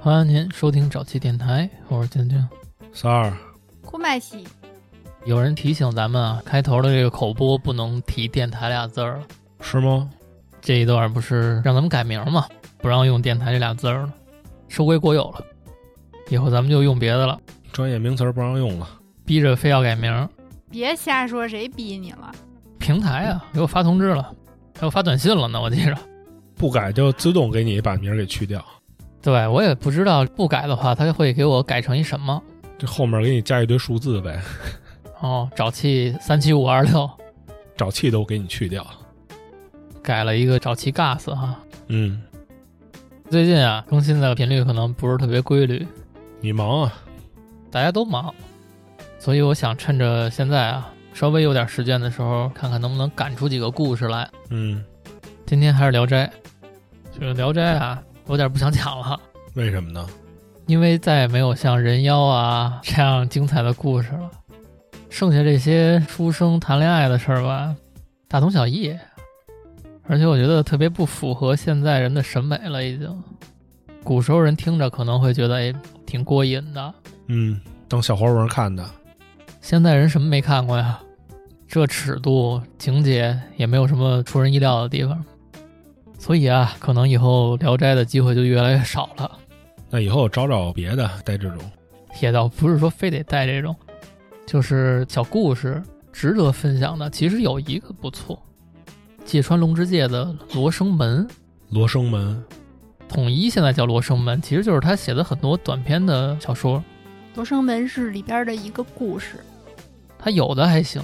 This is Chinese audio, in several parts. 欢迎您收听早期电台，我是静静。三儿，库麦西，有人提醒咱们啊，开头的这个口播不能提“电台”俩字儿，是吗？这一段不是让咱们改名嘛，不让用“电台”这俩字儿了，收归国有了，以后咱们就用别的了，专业名词儿不让用了。逼着非要改名。别瞎说，谁逼你了？平台啊，给我发通知了，还有发短信了呢，我记着。不改就自动给你把名儿给去掉，对我也不知道不改的话，他会给我改成一什么这后面给你加一堆数字呗，哦，沼气三七五二六沼气都给你去掉。改了一个沼气 gas 哈。嗯，最近啊，更新的频率可能不是特别规律，你忙啊，大家都忙，所以我想趁着现在啊，稍微有点时间的时候，看看能不能赶出几个故事来。嗯，今天还是《聊斋》，这个《聊斋》啊，我有点不想讲了，为什么呢？因为再也没有像人妖啊这样精彩的故事了。剩下这些书生谈恋爱的事儿吧，大同小异，而且我觉得特别不符合现在人的审美了。已经，古时候人听着可能会觉得哎挺过瘾的，嗯，当小黄文看的，现在人什么没看过呀？这尺度、情节也没有什么出人意料的地方，所以啊，可能以后《聊斋》的机会就越来越少了。那以后找找别的带这种。也倒不是说非得带这种，就是小故事值得分享的。其实有一个不错，芥川龙之介的《罗生门罗生门，》，统一现在叫《罗生门》，其实就是他写的很多短篇的小说，罗生门是里边的一个故事，他有的还行。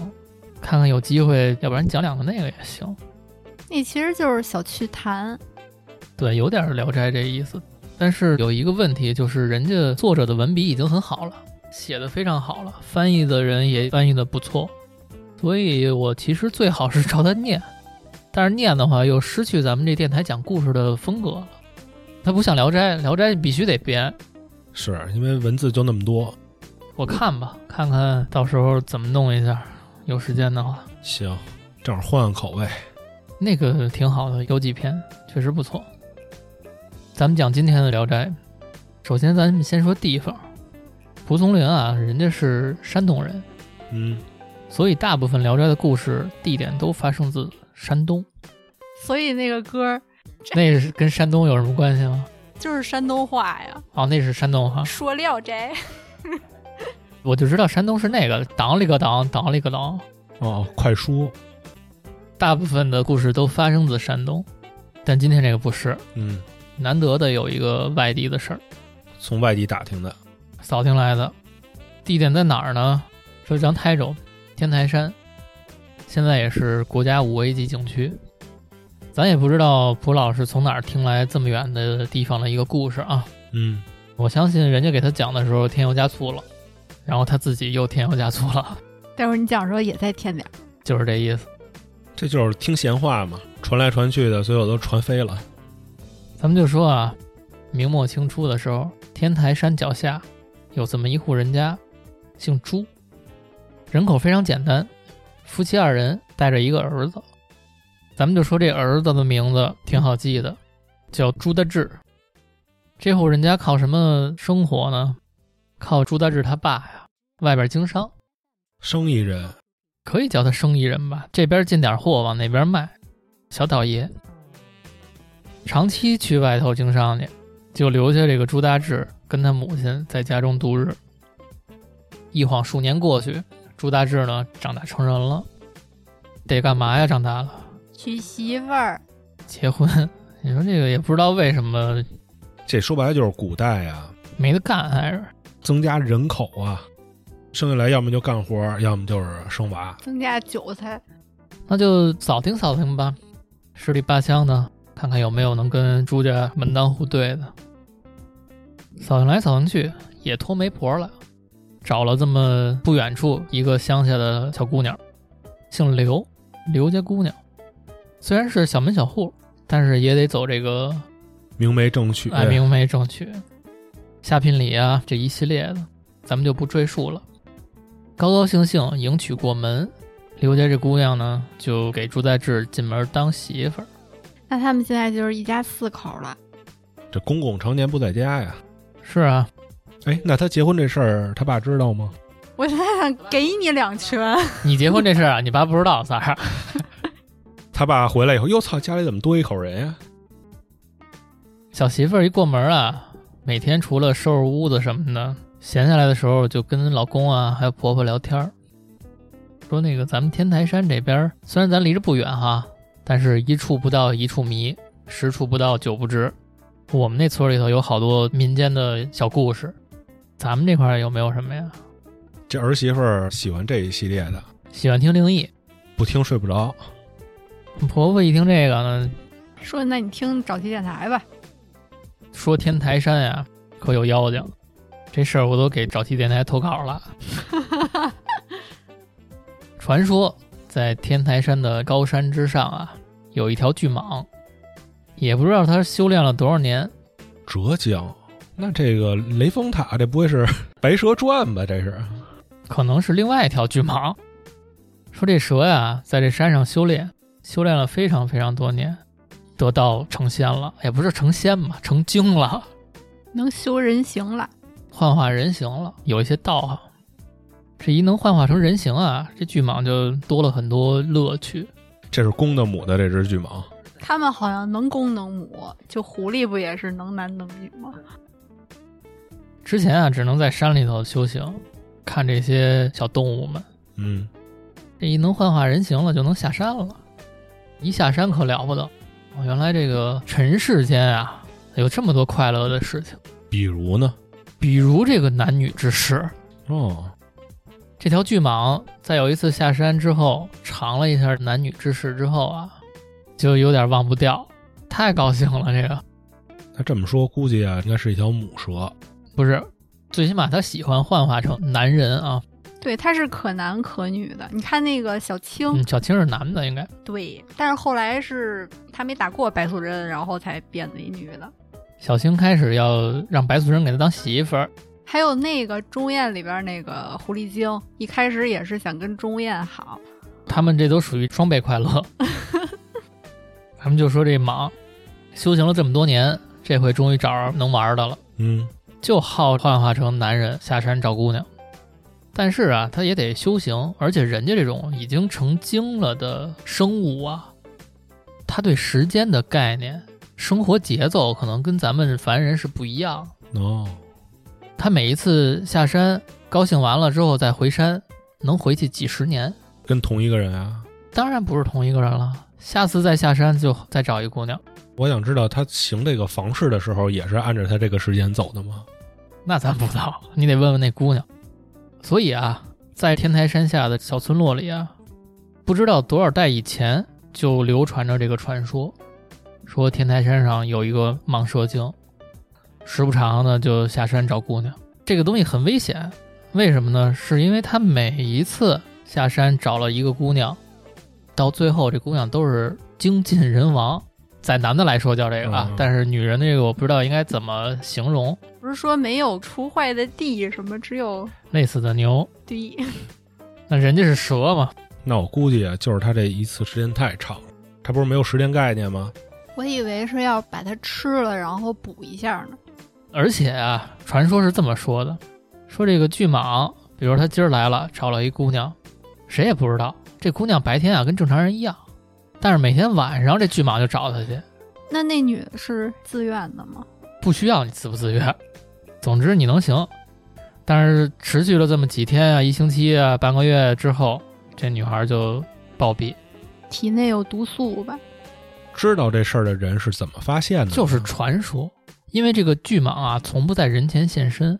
看看有机会，要不然讲两个那个也行。那其实就是小趣谈。对，有点儿《聊斋》这意思。但是有一个问题，就是人家作者的文笔已经很好了，写的非常好了，翻译的人也翻译的不错，所以我其实最好是照他念，但是念的话又失去咱们这电台讲故事的风格了。它不像聊斋《聊斋》，必须得编。是因为文字就那么多。我看吧，看看到时候怎么弄一下，有时间的话，行，正好换换口味。那个挺好的，有几篇确实不错。咱们讲今天的《聊斋》，首先咱们先说地方，蒲松龄啊，人家是山东人，嗯，所以大部分《聊斋》的故事地点都发生自山东。所以那个歌那是跟山东有什么关系吗？就是山东话呀，哦，那是山东哈，说聊斋。我就知道山东是那个党里个党，党里个党。哦，快书，大部分的故事都发生自山东，但今天这个不是，嗯，难得的有一个外地的事儿。从外地打听的。扫听来的，地点在哪儿呢？浙江台州天台山，现在也是国家五 A 级景区。咱也不知道蒲老师从哪儿听来这么远的地方的一个故事啊，嗯，我相信人家给他讲的时候添油加醋了，然后他自己又添油加醋了，待会儿你讲的时候也再添点儿。就是这意思。这就是听闲话嘛，传来传去的，最后都传飞了。咱们就说啊，明末清初的时候，天台山脚下有这么一户人家，姓朱，人口非常简单，夫妻二人带着一个儿子。咱们就说这儿子的名字挺好记的，叫朱大志。这户人家靠什么生活呢？靠朱大志他爸呀，外边经商，生意人，可以叫他生意人吧，这边进点货往那边卖，小倒爷。长期去外头经商去，就留下这个朱大志跟他母亲在家中度日。一晃数年过去，朱大志呢长大成人了，得干嘛呀？长大了，娶媳妇儿，结婚。 你说这个也不知道为什么这说白了就是古代啊，没得干，还是增加人口啊，生下来要么就干活，要么就是生娃。增加韭菜，那就扫听扫听吧，十里八乡呢，看看有没有能跟朱家门当户对的。扫听来扫听去，也脱媒婆了，找了这么不远处一个乡下的小姑娘，姓刘，刘家姑娘。虽然是小门小户，但是也得走这个明媒正娶，哎，明媒正娶、下聘礼啊，这一系列的，咱们就不赘述了。高高兴兴迎娶过门，刘家这姑娘呢，就给朱在志进门当媳妇儿。那他们现在就是一家四口了。这公公常年不在家呀，是啊，哎，那他结婚这事儿，他爸知道吗？我才想给你两拳，你结婚这事儿啊，你爸不知道，三儿。他爸回来以后，哟操，家里怎么多一口人呀、小媳妇儿一过门啊，每天除了收拾屋子什么的，闲下来的时候就跟老公啊还有婆婆聊天儿，说那个咱们天台山这边儿虽然咱离着不远哈，但是一处不到一处迷，十处不到九不知。我们那村里头有好多民间的小故事，咱们这块儿有没有什么呀？这儿媳妇儿喜欢这一系列的，喜欢听灵异，不听睡不着。婆婆一听这个呢，说那你听找期电台吧。 说天台山呀、可有妖精，这事儿我都给沼气电台投稿了。传说在天台山的高山之上啊，有一条巨蟒，也不知道它修炼了多少年，浙江，那这个雷峰塔，这不会是 《白蛇传》吧？这是可能是另外一条巨蟒。说这蛇呀，在这山上修炼，修炼了非常非常多年，得道成仙了，也不是成仙吧，成精了。能修人形了，幻化人形了，有一些道行。这一能幻化成人形啊，这巨蟒就多了很多乐趣。这是公的母的这只巨蟒，他们好像能公能母，就狐狸不也是能男能女吗？之前啊，只能在山里头修行，看这些小动物们。嗯，这一能幻化人形了，就能下山了。一下山可了不得，哦，原来这个尘世间啊，有这么多快乐的事情，比如呢？比如这个男女之事。哦，这条巨蟒在有一次下山之后，尝了一下男女之事之后啊，就有点忘不掉，太高兴了。这个那这么说，估计啊，应该是一条母蛇。不是，最起码他喜欢幻化成男人啊。对，他是可男可女的。你看那个小青，嗯，小青是男的，应该对，但是后来是他没打过白素贞，然后才变的一女的。小青开始要让白素贞给他当媳妇儿，还有那个钟燕里边那个狐狸精，一开始也是想跟钟燕好，他们这都属于双倍快乐。咱们就说这蟒，修行了这么多年，这回终于找着能玩的了。嗯，就好幻化成男人下山找姑娘。但是啊，他也得修行，而且人家这种已经成精了的生物啊，他对时间的概念、生活节奏可能跟咱们凡人是不一样。哦，他每一次下山，高兴完了之后再回山，能回去几十年，跟同一个人啊。当然不是同一个人了。下次再下山就再找一姑娘，我想知道他行这个房事的时候，也是按照他这个时间走的吗？那咱不知道，你得问问那姑娘。所以啊，在天台山下的小村落里啊，不知道多少代以前就流传着这个传说，说天台山上有一个蟒蛇精，时不常呢就下山找姑娘。这个东西很危险，为什么呢？是因为他每一次下山找了一个姑娘，到最后这姑娘都是精尽人亡。在男的来说叫这个啊，嗯但是女人这个我不知道应该怎么形容。不是说没有除坏的地，什么只有累死的牛， 地。那人家是蛇嘛，那我估计啊，就是他这一次时间太长了，他不是没有时间概念吗？我以为是要把它吃了，然后补一下呢。而且啊，传说是这么说的：说这个巨蟒，比如他今儿来了，找了一姑娘，谁也不知道。这姑娘白天啊跟正常人一样，但是每天晚上这巨蟒就找她去，那那女的是自愿的吗？不需要你自不自愿，总之你能行。但是持续了这么几天啊，一星期啊，半个月之后，这女孩就暴毙，体内有毒素吧？知道这事儿的人是怎么发现的呢？就是传说。因为这个巨蟒啊，从不在人前现身。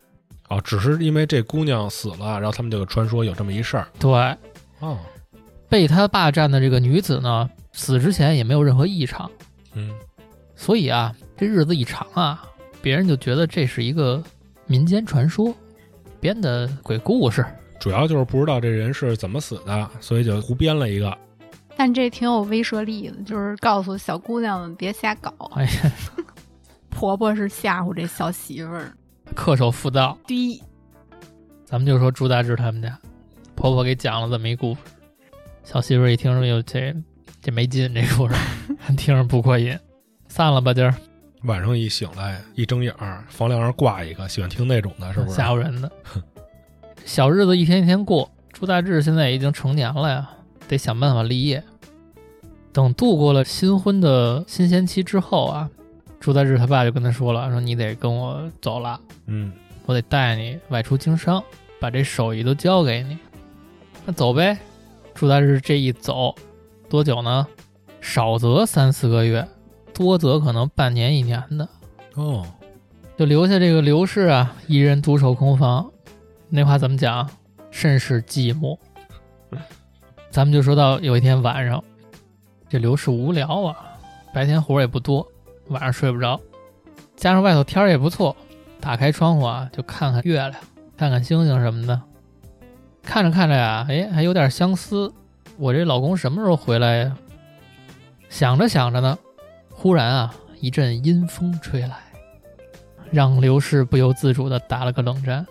哦，只是因为这姑娘死了，然后他们就传说有这么一事儿。对，哦，被他霸占的这个女子呢，死之前也没有任何异常，嗯，所以啊，这日子一长啊，别人就觉得这是一个民间传说编的鬼故事。主要就是不知道这人是怎么死的，所以就胡编了一个。但这挺有威慑力的，就是告诉小姑娘们别瞎搞。哎呀，婆婆是吓唬这小媳妇儿。恪守妇道，第咱们就说朱大志他们家，婆婆给讲了这么一故事，小媳妇儿一 听说，哟，这这没劲，这故事听着不过瘾，散了吧，今儿晚上一醒来，一睁眼儿，房梁上挂一个，喜欢听那种的，是不是？吓唬人的。小日子一天一天过，朱大志现在已经成年了呀，得想办法立业。等度过了新婚的新鲜期之后啊，朱大志他爸就跟他说了，说你得跟我走了，嗯，我得带你外出经商，把这手艺都交给你。那走呗。朱大志这一走，多久呢？少则三四个月，多则可能半年一年的。哦，就留下这个刘氏啊，一人独守空房。那话怎么讲？甚是寂寞。咱们就说到有一天晚上，这刘氏无聊啊，白天活儿也不多，晚上睡不着，加上外头天儿也不错，打开窗户啊，就看看月亮，看看星星什么的。看着看着呀、哎，还有点相思。我这老公什么时候回来呀？想着想着呢，忽然啊，一阵阴风吹来。让刘氏不由自主地打了个冷战。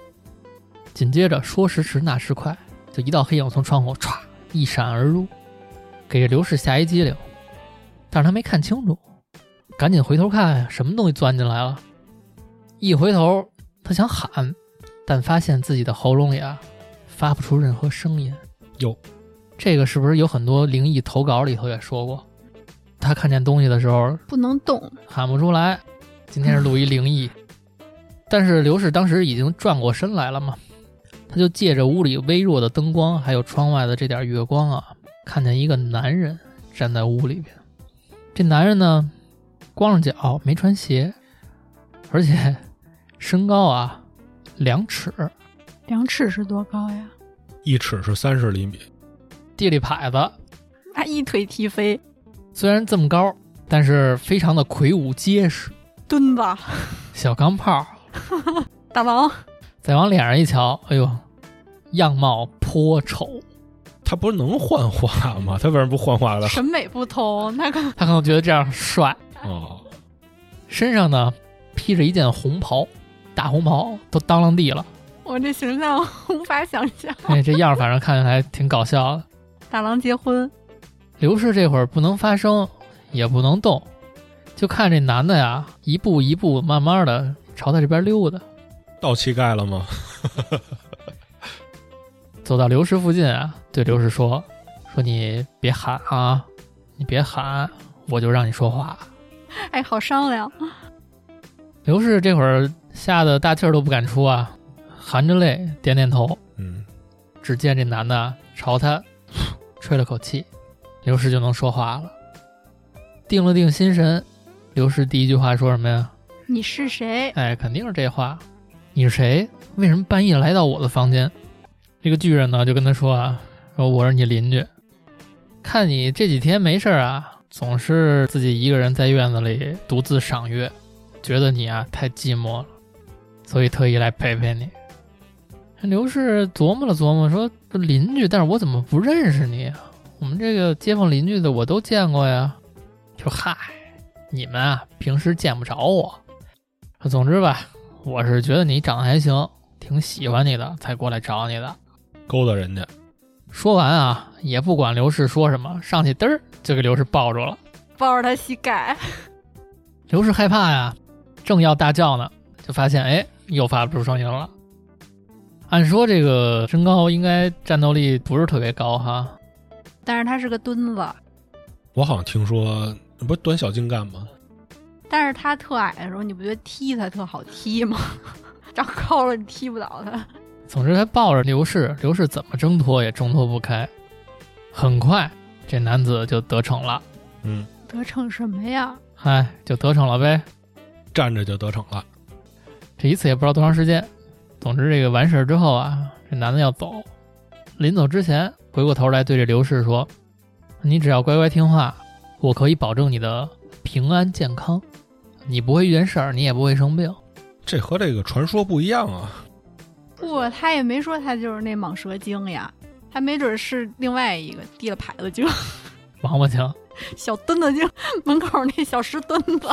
紧接着，说时迟，那时快，就一道黑影从窗户歘一闪而入，给这刘氏吓一激灵。但是他没看清楚，赶紧回头看呀，什么东西钻进来了？一回头，他想喊，但发现自己的喉咙里啊发不出任何声音。哟，这个是不是有很多灵异投稿里头也说过？他看见东西的时候，不能动，喊不出来。今天是录一灵异，但是刘氏当时已经转过身来了嘛，他就借着屋里微弱的灯光，还有窗外的这点月光啊，看见一个男人站在屋里边。这男人呢，光着脚，没穿鞋，而且身高啊两尺，两尺是多高呀？一尺是三十厘米，地里耙子，那一腿踢飞，虽然这么高，但是非常的魁梧结实，蹲吧，小钢炮儿。大王，再往脸上一瞧，哎呦，样貌颇丑。他不是能幻化吗？他为什么不幻化了？审美不同，那个他可能觉得这样帅。哦，身上呢披着一件红袍，大红袍都当啷地了。我这形象无法想象。哎，这样儿反正看起来挺搞笑的。大郎结婚，刘氏这会儿不能发声，也不能动，就看这男的呀，一步一步慢慢的朝他这边溜达。到膝盖了吗？走到刘氏附近啊，对刘氏说：“说你别喊啊，你别喊，我就让你说话。”哎，好商量。刘氏这会儿吓得大气儿都不敢出啊，含着泪点点头。嗯，只见这男的啊朝他吹了口气，刘氏就能说话了。定了定心神，刘氏第一句话说什么呀？你是谁？哎，肯定是这话。你是谁？为什么半夜来到我的房间？这个巨人呢，就跟他说啊，说我是你邻居，看你这几天没事儿啊，总是自己一个人在院子里独自赏月，觉得你啊太寂寞了，所以特意来陪陪你。刘氏琢磨了琢磨，说这邻居，但是我怎么不认识你啊？我们这个街坊邻居的我都见过呀。就嗨，你们啊平时见不着我，总之吧，我是觉得你长得还行，挺喜欢你的，才过来找你的。勾搭人家，说完啊，也不管刘氏说什么，上去嘚儿就给刘氏抱住了。抱着他膝盖，刘氏害怕呀，正要大叫呢，就发现哎，又发不出声音了。按说这个身高应该战斗力不是特别高哈，但是他是个墩子，我好像听说，不是短小精干吗？但是他特矮的时候，你不觉得踢他特好踢吗？ 长高了你踢不倒他。总之，他抱着刘氏，刘氏怎么挣脱也挣脱不开。很快，这男子就得逞了，嗯，得逞什么呀？嗨，就得逞了呗。站着就得逞了。这一次也不知道多长时间。总之，这个完事儿之后啊，这男的要走，临走之前回过头来对这刘氏说：“你只要乖乖听话，我可以保证你的平安健康，你不会遇见事儿，你也不会生病。这和这个传说不一样啊！不，他也没说他就是那蟒蛇精呀，他没准是另外一个地了牌子精、王八精，小墩子精，门口那小石墩子。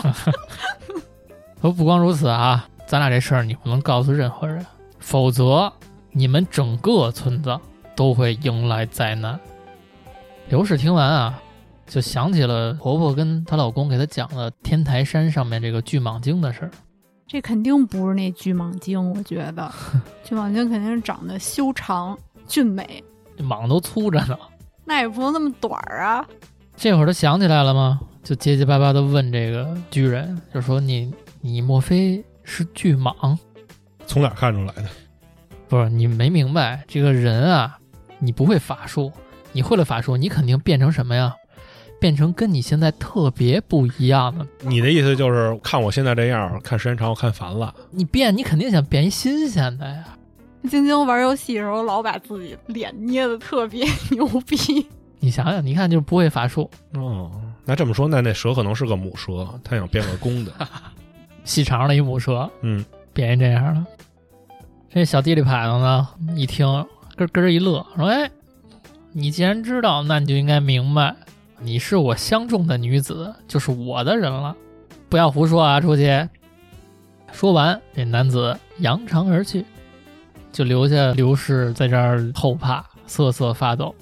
说不光如此啊，咱俩这事儿你不能告诉任何人，否则你们整个村子都会迎来灾难。刘氏听完啊，就想起了婆婆跟她老公给她讲的天台山上面这个巨蟒精的事儿。这肯定不是那巨蟒精，我觉得巨蟒精肯定是长得修长俊美，这蟒都粗着呢，那也不能那么短儿啊。这会儿她想起来了吗？就结结巴巴的问这个巨人，就说你你莫非是巨蟒？从哪儿看出来的？不是你没明白，这个人啊，你不会法术，你会了法术，你肯定变成什么呀？变成跟你现在特别不一样的。你的意思就是看我现在这样，看时间长我看烦了，你变，你肯定想变一新鲜的呀。晶晶玩游戏的时候老把自己脸捏的特别牛逼，你想想，你看就是不会法术，哦，那这么说，那那蛇可能是个母蛇，它想变个公的。细长的一母蛇，嗯，变一这样的。这小地里牌子呢，一听咯咯一乐，说：“哎，你既然知道，那你就应该明白，你是我相中的女子，就是我的人了，不要胡说啊，出去。”说完，这男子扬长而去，就留下刘氏在这儿后怕，瑟瑟发抖。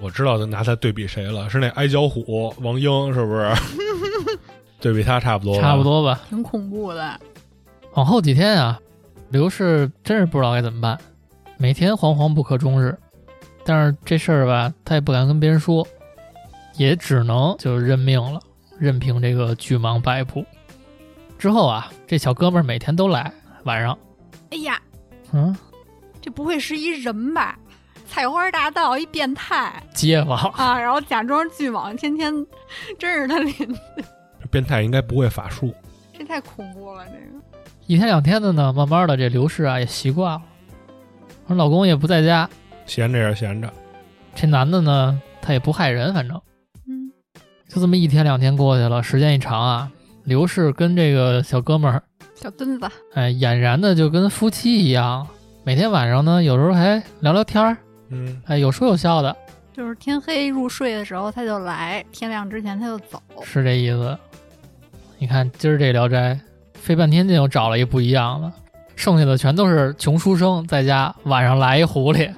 我知道他拿它对比谁了，是那矮脚虎王英，是不是？对比它差不多，差不。多吧，挺恐怖的。往后几天啊，刘氏真是不知道该怎么办，每天惶惶不可终日。但是这事儿吧，他也不敢跟别人说，也只能就认命了，任凭这个巨蟒摆布。之后啊，这小哥们儿每天都来，晚上，哎呀，嗯，这不会是一人吧？采花大盗一变态街坊，啊，然后假装巨蟒，天天真是他脸，变态应该不会法术，这太恐怖了，这个。一天两天的呢，慢慢的这刘氏啊也习惯了，而老公也不在家，闲着也是闲着。这男的呢他也不害人，反正。嗯，就这么一天两天过去了，时间一长啊，刘氏跟这个小哥们儿，小墩子，哎，俨然的就跟夫妻一样，每天晚上呢，有时候还聊聊天儿，嗯，哎，有说有笑的，就是天黑入睡的时候他就来，天亮之前他就走。是这意思。你看今儿这《聊斋》，费半天劲又找了一不一样的，剩下的全都是穷书生在家晚上来一狐狸，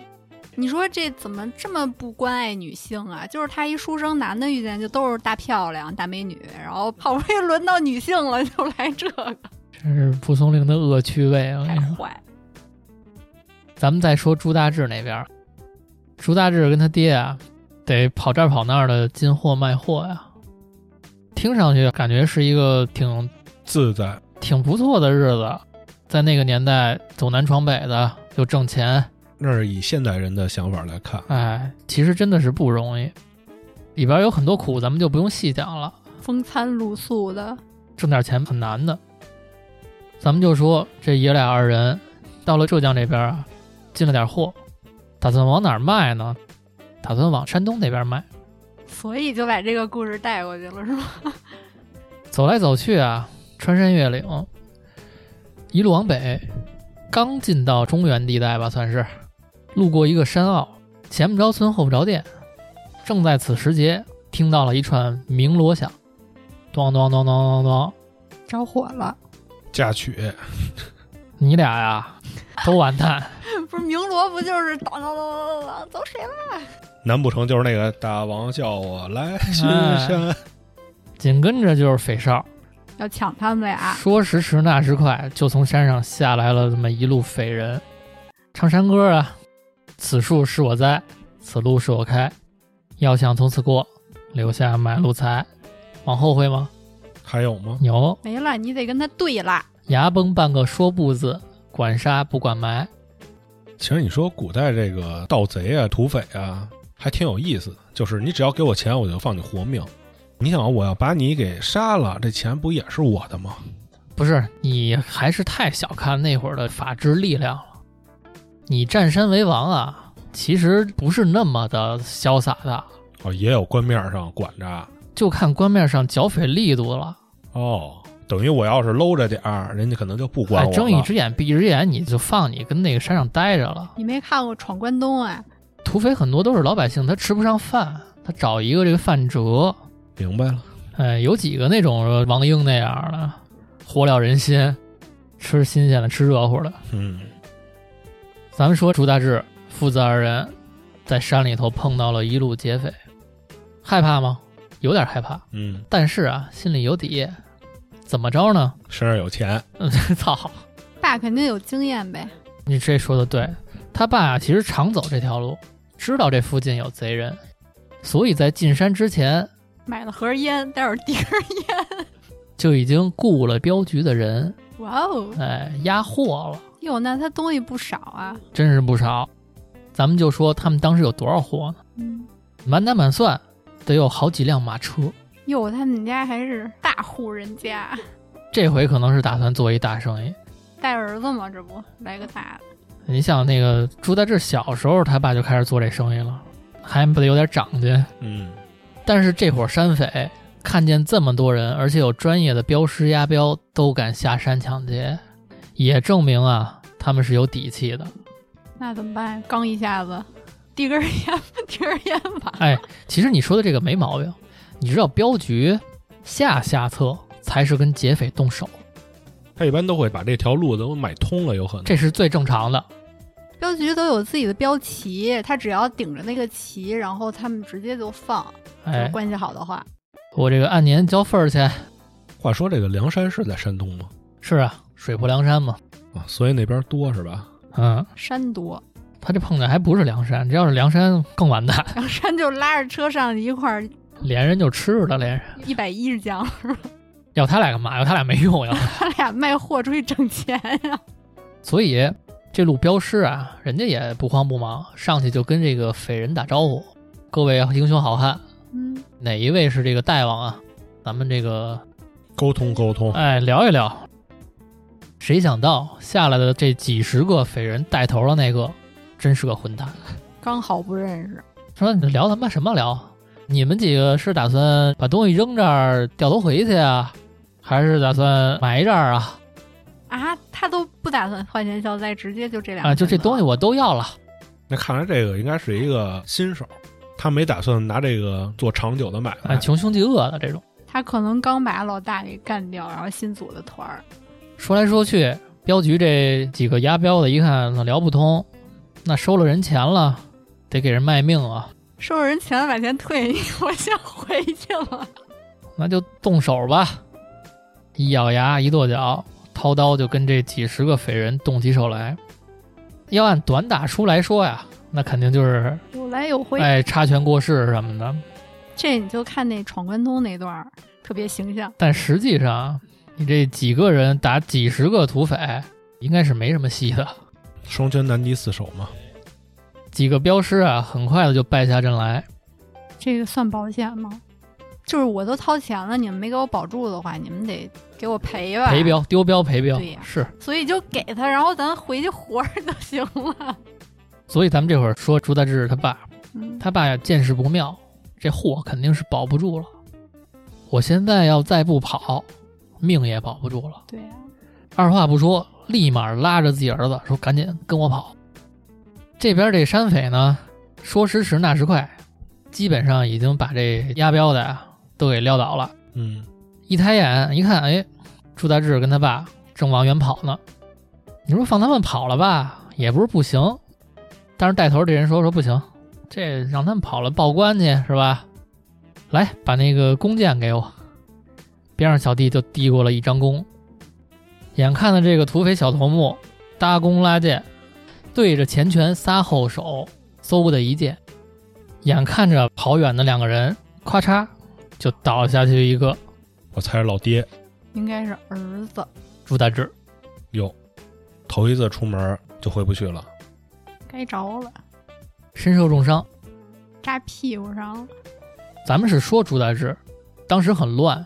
你说这怎么这么不关爱女性啊？就是他一书生男的遇见就都是大漂亮、大美女，然后好不容易轮到女性了，就来这个，真是蒲松龄的恶趣味啊！我跟太你说坏了。咱们再说朱大志那边儿，朱大志跟他爹啊，得跑这儿跑那儿的进货卖货呀、听上去感觉是一个挺自在。挺不错的日子，在那个年代走南闯北的又挣钱，那是以现代人的想法来看，哎，其实真的是不容易。里边有很多苦，咱们就不用细讲了，风餐露宿的，挣点钱很难的。咱们就说这爷俩二人到了浙江这边啊，进了点货，打算往哪儿卖呢？打算往山东那边卖。所以就把这个故事带过去了，是吗？走来走去啊，穿山越岭，一路往北，刚进到中原地带吧，算是路过一个山坳，前不着村后不着店。正在此时节，听到了一串鸣锣响，咚咚咚咚咚咚，着火了，嫁娶你俩呀都完蛋。不是鸣锣不就是当当当当当走谁了？难不成就是那个大王叫我 来巡哎山？紧跟着就是匪哨，要抢他们俩，说时迟那时啊快，就从山上下来了这么一路匪人，唱山歌啊，此树是我栽，此路是我开，要想从此过，留下买路财。往后会吗？还有吗？有，没了，你得跟他对了。牙崩半个说不字，管杀不管埋。其实你说古代这个盗贼啊、土匪啊，还挺有意思的。就是你只要给我钱，我就放你活命。你想啊，我要把你给杀了，这钱不也是我的吗？不是，你还是太小看那会儿的法治力量了。你占山为王啊，其实不是那么的潇洒的，哦，也有官面上管着。就看官面上剿匪力度了。哦，等于我要是搂着点儿，人家可能就不管哎，我了。睁一只眼闭一只眼，你就放你跟那个山上待着了。你没看过《闯关东》啊？土匪很多都是老百姓，他吃不上饭，他找一个这个饭辙。明白了，哎，有几个那种王英那样的，活了人心，吃新鲜的，吃热乎的。嗯，咱们说朱大志父子二人在山里头碰到了一路劫匪，害怕吗？有点害怕，嗯，但是啊，心里有底。怎么着呢？ 身上有钱，嗯，操！爸肯定有经验呗。你这说的对，他爸啊其实常走这条路，知道这附近有贼人，所以在进山之前买了盒烟，待会儿递根烟。就已经雇了镖局的人，哇哦，哎，押货了，哟，那他东西不少啊。真是不少。咱们就说他们当时有多少货呢？嗯，满打满算得有好几辆马车。哟，他们家还是大户人家，这回可能是打算做一大生意。带儿子嘛，这不来个大的。你想，那个朱大志小时候他爸就开始做这生意了，还不得有点长进？嗯，但是这伙山匪看见这么多人，而且有专业的镖师押镖，都敢下山抢劫，也证明啊，他们是有底气的。那怎么办？刚一下子，递根烟，递根烟吧。哎，其实你说的这个没毛病。你知道镖局下下策才是跟劫匪动手，他一般都会把这条路都买通了，有可能。这是最正常的。镖局都有自己的标旗，他只要顶着那个旗，然后他们直接就放。哎，关系好的话，我这个按年交份儿去。话说这个梁山是在山东吗？是啊，水泊梁山嘛。啊，所以那边多是吧？嗯，山多，他这碰见还不是梁山，这要是梁山更完蛋，然后山就拉着车上一块儿连人就吃了，连人一百一十将，要他俩干嘛？要他俩没用呀。他俩卖货出去挣钱呀、所以这路镖师啊，人家也不慌不忙，上去就跟这个匪人打招呼：“各位英雄好汉，嗯，哪一位是这个大王啊？咱们这个沟通沟通，哎聊一聊。”谁想到下来的这几十个匪人带头的那个，真是个混蛋。刚好不认识，说你聊他妈什么聊？你们几个是打算把东西扔这儿掉头回去啊，还是打算埋这儿啊？啊，他都不打算花钱消灾，直接就这两啊，就这东西西，我都要了。那看来这个应该是一个新手，他没打算拿这个做长久的买卖啊，。穷凶极恶的这种。他可能刚把老大给干掉，然后新组的团儿，说来说去，镖局这几个押镖的，一看那聊不通，那收了人钱了，得给人卖命啊，收了人钱把钱退， 我先回去了。那就动手吧。一咬牙，一跺脚，掏刀就跟这几十个匪人动起手来。要按短打出来说呀，那肯定就是有来有回，哎插拳过世什么的。这你就看那闯关东那段儿特别形象，但实际上，你这几个人打几十个土匪，应该是没什么戏的。双拳难敌四手嘛，几个镖师啊，很快的就败下阵来。这个算保险吗？就是我都掏钱了，你们没给我保住的话，你们得给我赔吧。赔镖丢镖赔镖对呀是。所以就给他，然后咱回去活着就行 了。所以咱们这会儿说朱大志他爸，嗯，他爸见势不妙，这货肯定是保不住了。我现在要再不跑，命也保不住了。对啊，二话不说，立马拉着自己儿子说：“赶紧跟我跑！”这边这山匪呢，说时迟那时快，基本上已经把这押镖的呀都给撂倒了。嗯，一抬眼一看，哎，朱大志跟他爸正往远跑呢。你说放他们跑了吧，也不是不行。但是带头这人说说不行，这让他们跑了报官去是吧？来，把那个弓箭给我。边上小弟就递过了一张弓，眼看着这个土匪小头目搭弓拉箭，对着前拳撒后手，嗖的一箭，眼看着跑远的两个人，咔嚓就倒下去一个。我猜是老爹应该是儿子，朱大志。哟，头一次出门就回不去了。该着了，身受重伤。扎屁股上了。咱们是说朱大志，当时很乱，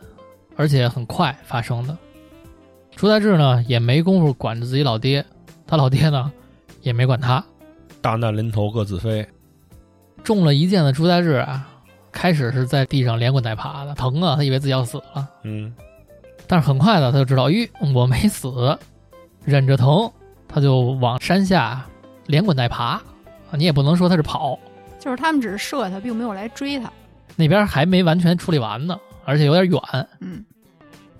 而且很快发生的。朱大志呢也没工夫管着自己老爹，他老爹呢也没管他。大难临头各自飞，中了一箭的朱大志啊，开始是在地上连滚带爬的，疼啊，他以为自己要死了。嗯，但是很快的他就知道，咦，我没死，忍着疼，他就往山下连滚带爬。啊你也不能说他是跑，就是他们只是射他，并没有来追他。那边还没完全处理完呢，而且有点远，嗯，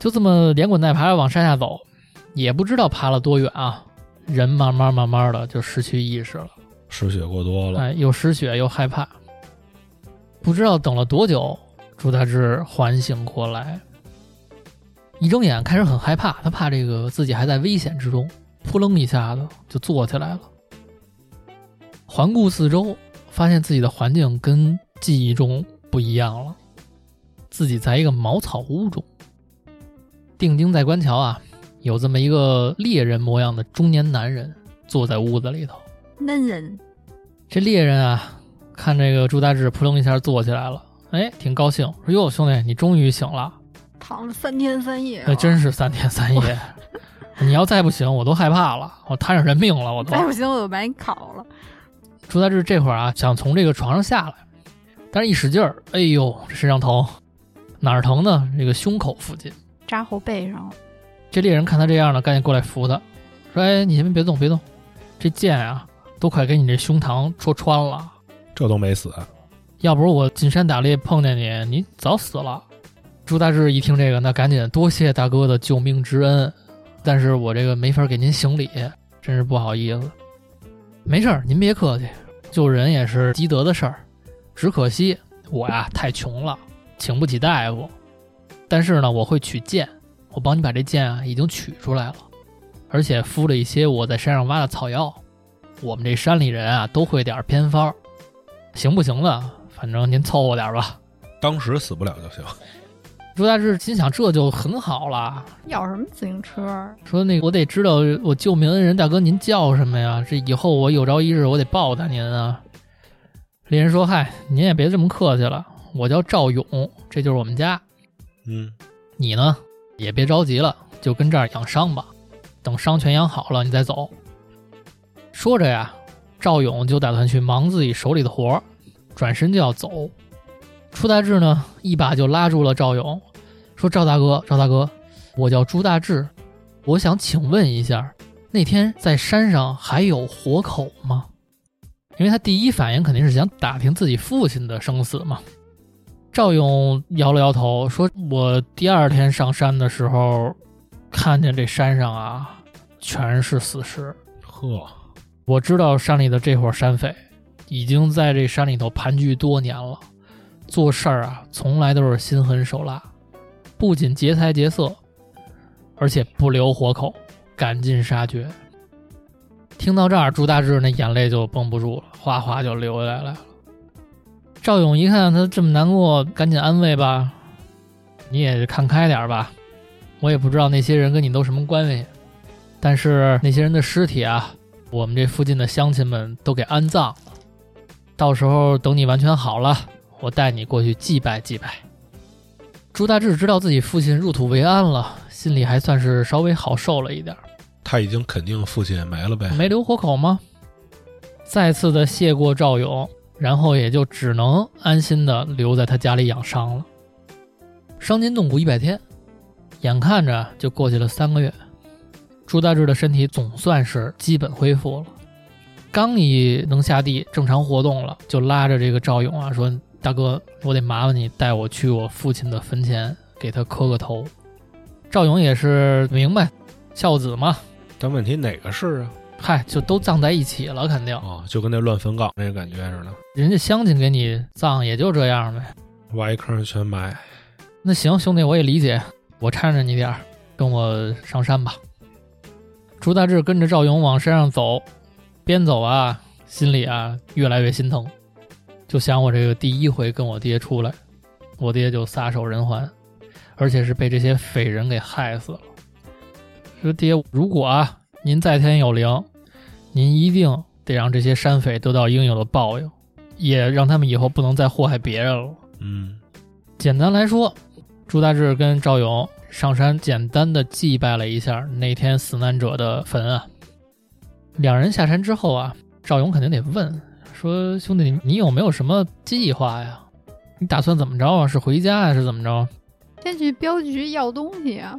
就这么连滚带爬地往山下走，也不知道爬了多远啊，人慢慢慢慢的就失去意识了，哎失血过多了，哎，又失血又害怕，不知道等了多久，朱大志缓醒过来，一睁眼开始很害怕，他怕这个自己还在危险之中，扑棱一下子就坐起来了。环顾四周，发现自己的环境跟记忆中不一样了，自己在一个茅草屋中。定睛在观瞧啊，有这么一个猎人模样的中年男人坐在屋子里头。嫩人，这猎人啊，看这个朱大志扑棱一下坐起来了，哎，挺高兴，说：“哟，兄弟，你终于醒了，躺了三天三夜了，那真呃是三天三夜。你要再不醒，我都害怕了，我摊上人命了，我都 再。不行我就把你烤了。”朱大志这会儿啊，想从这个床上下来，但是一使劲儿，哎呦，这身上疼，哪儿疼呢？这个胸口附近。扎后背上了，这猎人看他这样了，赶紧过来扶他，说：“哎，你先别动，别动，这剑啊，都快给你这胸膛戳穿了。”这都没死，要不是我进山打猎碰见你，你早死了。朱大志一听这个，那赶紧多谢大哥的救命之恩，但是我这个没法给您行礼，真是不好意思。没事儿，您别客气，救人也是积德的事儿。只可惜我呀太穷了，请不起大夫。但是呢，我会取剑，我帮你把这剑啊已经取出来了，而且敷了一些我在山上挖的草药。我们这山里人啊都会点儿偏方儿，行不行呢？反正您凑合点儿吧。当时死不了就行。朱大志心想，这就很好了。要什么自行车？说那个我得知道我救命恩人大哥您叫什么呀？这以后我有朝一日我得报答您啊。猎人说：“嗨，您也别这么客气了，我叫赵勇，这就是我们家。嗯，你呢也别着急了，就跟这儿养伤吧，等伤全养好了你再走。”说着呀，赵勇就打算去忙自己手里的活儿，转身就要走。朱大志呢，一把就拉住了赵勇，说：“赵大哥，赵大哥，我叫朱大志，我想请问一下，那天在山上还有活口吗？”因为他第一反应肯定是想打听自己父亲的生死嘛。赵勇摇了摇头，说：“我第二天上山的时候，看见这山上啊，全是死尸。呵，我知道山里的这伙山匪已经在这山里头盘踞多年了，做事儿啊从来都是心狠手辣，不仅劫财劫色，而且不留活口，赶尽杀绝。听到这儿，朱大志那眼泪就绷不住了，哗哗就流下来了。赵勇一看他这么难过，赶紧安慰吧，你也看开点儿吧。我也不知道那些人跟你都什么关系，但是那些人的尸体啊，我们这附近的乡亲们都给安葬了。到时候等你完全好了，我带你过去祭拜祭拜。朱大志知道自己父亲入土为安了，心里还算是稍微好受了一点儿。他已经肯定父亲也没了呗。没留活口吗？再次的谢过赵勇，然后也就只能安心的留在他家里养伤了。伤筋动骨一百天，眼看着就过去了三个月，朱大志的身体总算是基本恢复了。刚一能下地正常活动了，就拉着这个赵勇啊说：“大哥，我得麻烦你带我去我父亲的坟前给他磕个头。”赵勇也是明白，孝子嘛，但问题哪个是啊？嗨，就都葬在一起了，肯定。哦，就跟那乱坟岗那个感觉似的，人家乡亲给你葬也就这样呗。挖一坑全埋。那行，兄弟，我也理解，我搀着你点儿，跟我上山吧。朱大志跟着赵勇往山上走，边走啊，心里啊越来越心疼，就想我这个第一回跟我爹出来，我爹就撒手人寰，而且是被这些匪人给害死了。说爹，如果啊您在天有灵，您一定得让这些山匪得到应有的报应，也让他们以后不能再祸害别人了。嗯，简单来说，朱大志跟赵勇上山简单的祭拜了一下那天死难者的坟啊。两人下山之后啊，赵勇肯定得问说：“兄弟，你你有没有什么计划呀？你打算怎么着啊？是回家呀、是怎么着？先去镖局要东西啊。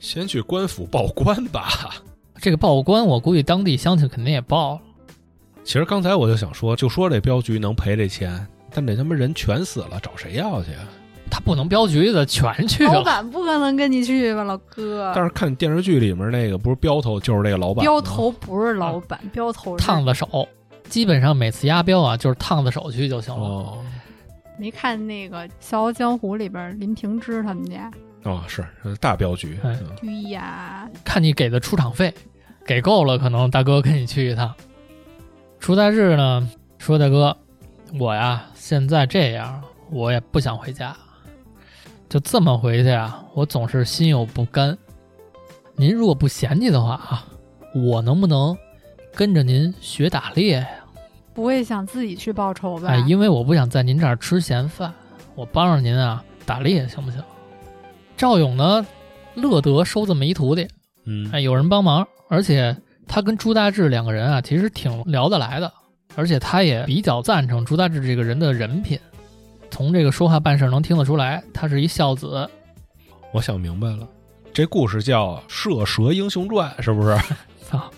先去官府报官吧。这个报官，我估计当地乡亲肯定也报了。其实刚才我就想说，就说这镖局能赔这钱，但这他妈人全死了，找谁要去啊？他不能镖局的全去啊老了，板不可能跟你去吧，老哥。但是看电视剧里面那个，不是镖头就是这个老板吗，呃镖头不是老板，镖头是烫子手。基本上每次押镖啊，就是烫子手去就行了。哦，没看那个《笑傲江湖》里边林平之他们家哦，是大镖局，哎嗯居易啊，看你给的出场费，给够了，可能大哥跟你去一趟。楚大志呢说：“大哥，我呀现在这样，我也不想回家，就这么回去啊，我总是心有不甘。您如果不嫌弃的话啊，我能不能跟着您学打猎呀？不会想自己去报仇吧？哎，因为我不想在您这儿吃闲饭，我帮着您啊打猎行不行？”赵勇呢，乐得收这么一徒弟，嗯，哎，有人帮忙，而且他跟朱大志两个人啊，其实挺聊得来的，而且他也比较赞成朱大志这个人的人品，从这个说话办事儿能听得出来，他是一孝子。我想明白了，这故事叫《射蛇英雄传》，是不是？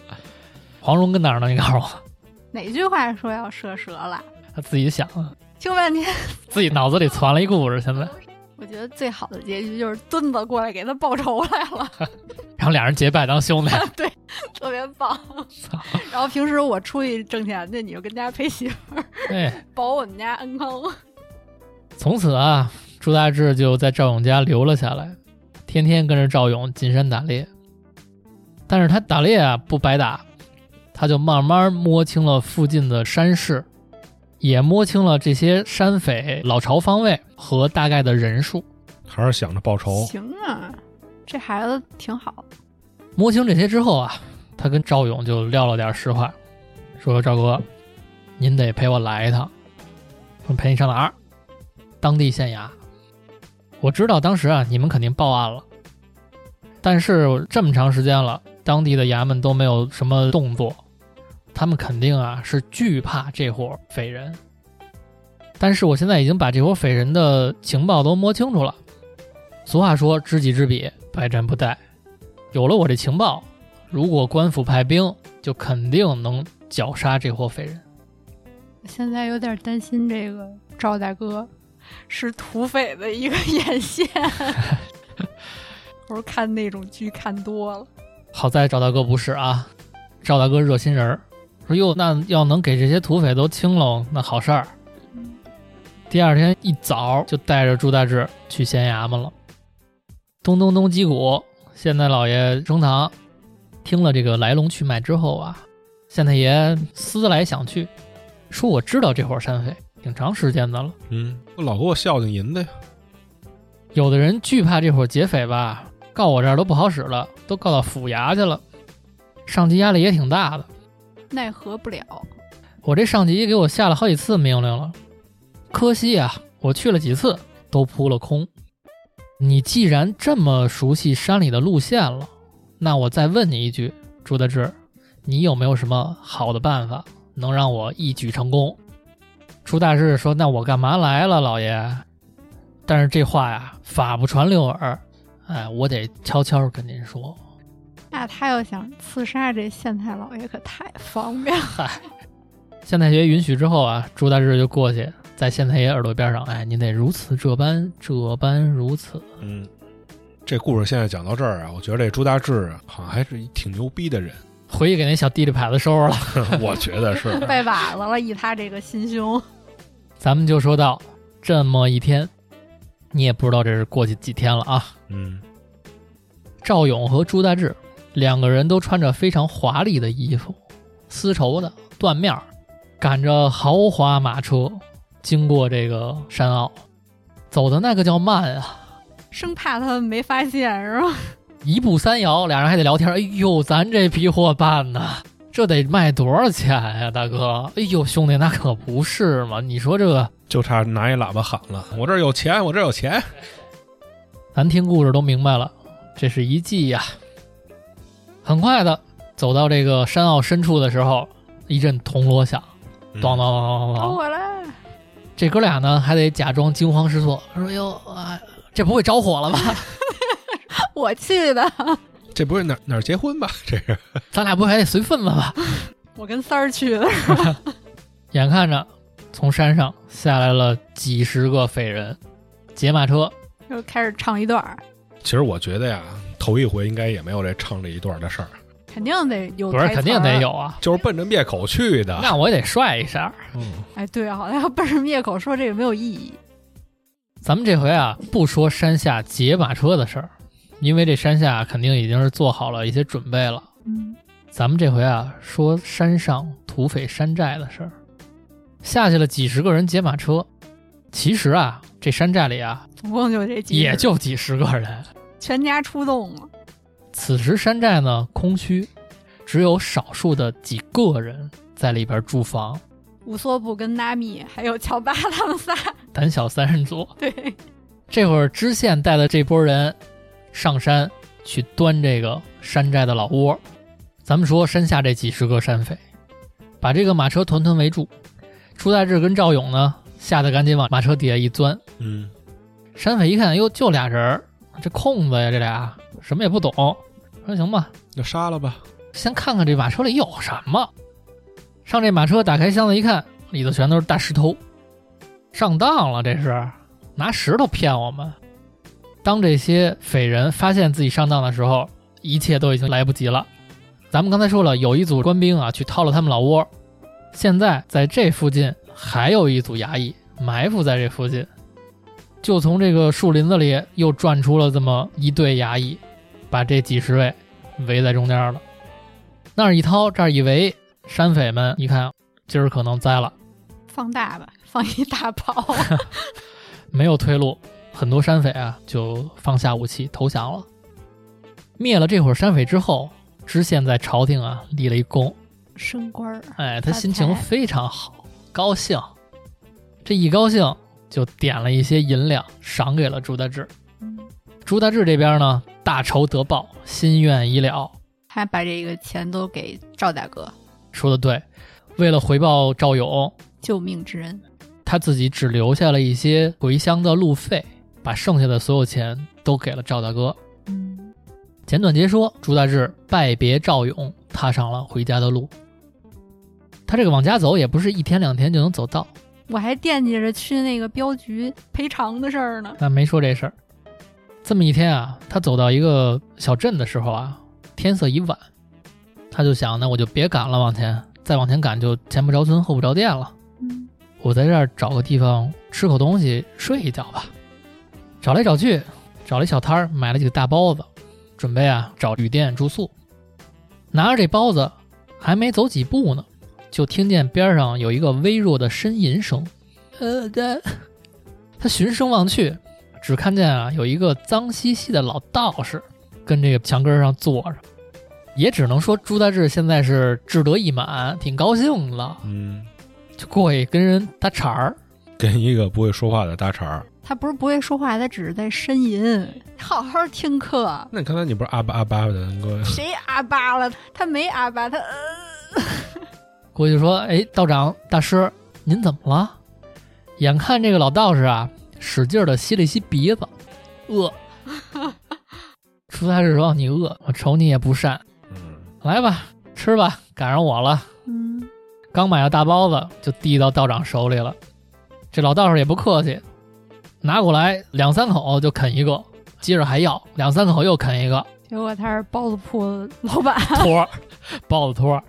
黄蓉跟哪儿呢？你告诉我， 哪句话说要射蛇了？他自己想的，听半天，自己脑子里攒了一故事，现在，我觉得最好的结局就是墩子过来给他报仇来了，然后俩人结拜当兄弟， 特别棒。然后平时我出去挣钱去，你就跟家陪媳妇，哎，保我们家安康。从此啊，朱大志就在赵勇家留了下来，天天跟着赵勇进山打猎。但是他打猎啊不白打，他就慢慢摸清了附近的山势，也摸清了这些山匪老巢方位和大概的人数。还是想着报哦仇？行啊，这孩子挺好。摸清这些之后啊，他跟赵勇就撂了点实话，说：“赵哥，您得陪我来一趟。说陪你上哪儿？当地县衙。我知道当时啊，你们肯定报案了，但是这么长时间了，当地的衙门都没有什么动作，他们肯定啊是惧怕这伙匪人。但是我现在已经把这伙匪人的情报都摸清楚了。俗话说，知己知彼，百战不殆。”有了我这情报，如果官府派兵，就肯定能绞杀这伙匪人。我现在有点担心这个赵大哥是土匪的一个眼线。 我是看那种剧看多了，好在赵大哥不是啊，赵大哥热心人儿，说哟，那要能给这些土匪都清喽，那好事儿。第二天一早就带着朱大志去县衙门了。咚咚咚击鼓，县太老爷升堂，听了这个来龙去脉之后啊，县太爷思来想去，说我知道这伙山匪挺长时间的了。嗯，老给我孝敬银的呀。有的人惧怕这伙劫匪吧，告我这儿都不好使了，都告到府衙去了，上级压力也挺大的。奈何不了。我这上级给我下了好几次命令了，可惜啊，我去了几次都扑了空。你既然这么熟悉山里的路线了，那我再问你一句，朱大志，你有没有什么好的办法能让我一举成功？朱大志说：“那我干嘛来了，老爷？”但是这话呀，法不传六耳，哎，我得悄悄跟您说，那他要想刺杀这县太老爷，可太方便了。县太爷允许之后啊，朱大志就过去，在县太爷耳朵边上，哎，您得如此这般，这般如此。嗯，这故事现在讲到这儿啊，我觉得这朱大志啊好像还是一挺牛逼 的人，回去给那小弟弟牌子收拾了。我觉得是。拜把子了，以他这个心胸，咱们就说到这么一天，你也不知道这是过去几天了啊。嗯，赵勇和朱大志两个人都穿着非常华丽的衣服，丝绸的缎面儿，赶着豪华马车经过这个山坳，走的那个叫慢啊。生怕他们没发现，是吧？一步三摇，俩人还得聊天。哎呦，咱这批货办呐，这得卖多少钱呀、大哥？哎呦，兄弟，那可不是嘛！你说这个，就差拿一喇叭喊了：“我这儿有钱，我这儿有钱咱听故事都明白了，这是一计呀、很快的走到这个山坳深处的时候，一阵铜锣响，！”嗯咚咚咚咚找咚咚。我来，这哥俩呢，还得假装惊慌失措，说：“哟，啊，这不会着火了吧？我去的。这不是哪哪儿结婚吧？ 这是咱俩不会还得随份子吧？”我跟三儿去的，眼看着从山上下来了几十个匪人，劫马车，又开始唱一段儿，其实我觉得呀，头一回应该也没有这唱这一段的事儿，肯定得有，不是肯定得。有啊，就是奔着灭口去的。那我也得帅一下。嗯，哎，对啊，好像要奔着灭口说这个没有意义。咱们这回啊，不说山下劫马车的事儿，因为这山下肯定已经是做好了一些准备了。嗯，咱们这回啊，说山上土匪山寨的事儿，下去了几十个人劫马车。其实啊，这山寨里啊，总共就这几，也就几十个人。全家出动了。此时山寨呢空虚，只有少数的几个人在里边驻防，乌索普跟纳米还有乔巴他们仨，胆小三人组。对，这会儿知县带的这波人上山去端这个山寨的老窝。咱们说山下这几十个山匪，把这个马车团团围住。朱大志跟赵勇呢，吓得赶紧往马车底下一钻。嗯，山匪一看，哟，就俩人儿，这空子呀，这俩什么也不懂。说行吧，那杀了吧。先看看这马车里有什么。上这马车，打开箱子一看，里头全都是大石头，上当了，这是拿石头骗我们。当这些匪人发现自己上当的时候，一切都已经来不及了。咱们刚才说了，有一组官兵啊去掏了他们老窝，现在在这附近还有一组衙役埋伏在这附近，就从这个树林子里又转出了这么一队衙役，把这几十位围在中间了。那儿一掏，这儿一围，山匪们一看，今儿可能栽了，放大吧，放一大炮。没有退路，很多山匪啊就放下武器投降了。灭了这伙山匪之后，知县在朝廷啊立了一功， 升官儿，哎，他发心情财非常好，高兴。这一高兴就点了一些银两赏给了朱大志。嗯，朱大志这边呢，大仇得报，心愿已了。他把这个钱都给赵大哥，说的对，为了回报赵勇，救命之恩。他自己只留下了一些回乡的路费，把剩下的所有钱都给了赵大哥。嗯，简短截说，朱大志拜别赵勇，踏上了回家的路。他这个往家走也不是一天两天就能走到，我还惦记着去那个镖局赔偿的事儿呢。但没说这事儿。这么一天啊，他走到一个小镇的时候啊，天色已晚，他就想，那我就别赶了，往前再往前赶就前不着村后不着店了。嗯，我在这儿找个地方吃口东西，睡一觉吧。找来找去，找了一小摊儿，买了几个大包子，准备啊找旅店住宿。拿着这包子，还没走几步呢，就听见边上有一个微弱的呻吟声。呃，他他循声望去，只看见啊有一个脏兮兮的老道士跟这个墙根儿上坐着，也只能说朱大志现在是志得意满，挺高兴的。嗯，就过去跟人搭茬儿。跟一个不会说话的搭茬儿。他不是不会说话，他只是在呻吟。好好听课，那你刚才你不是啊吧啊吧的，你给我谁阿巴了？他没阿巴，他呃，过去说：“哎，道长大师，您怎么了？”眼看这个老道士啊，使劲的吸了一吸鼻子，饿。出差时说：“你饿，我瞅你也不善，嗯，来吧，吃吧，赶上我了。嗯，刚买了大包子，就递到道长手里了。这老道士也不客气，拿过来两三口就啃一个，接着还要两三口又啃一个，结果他是包子铺老板。托儿， 包子托儿，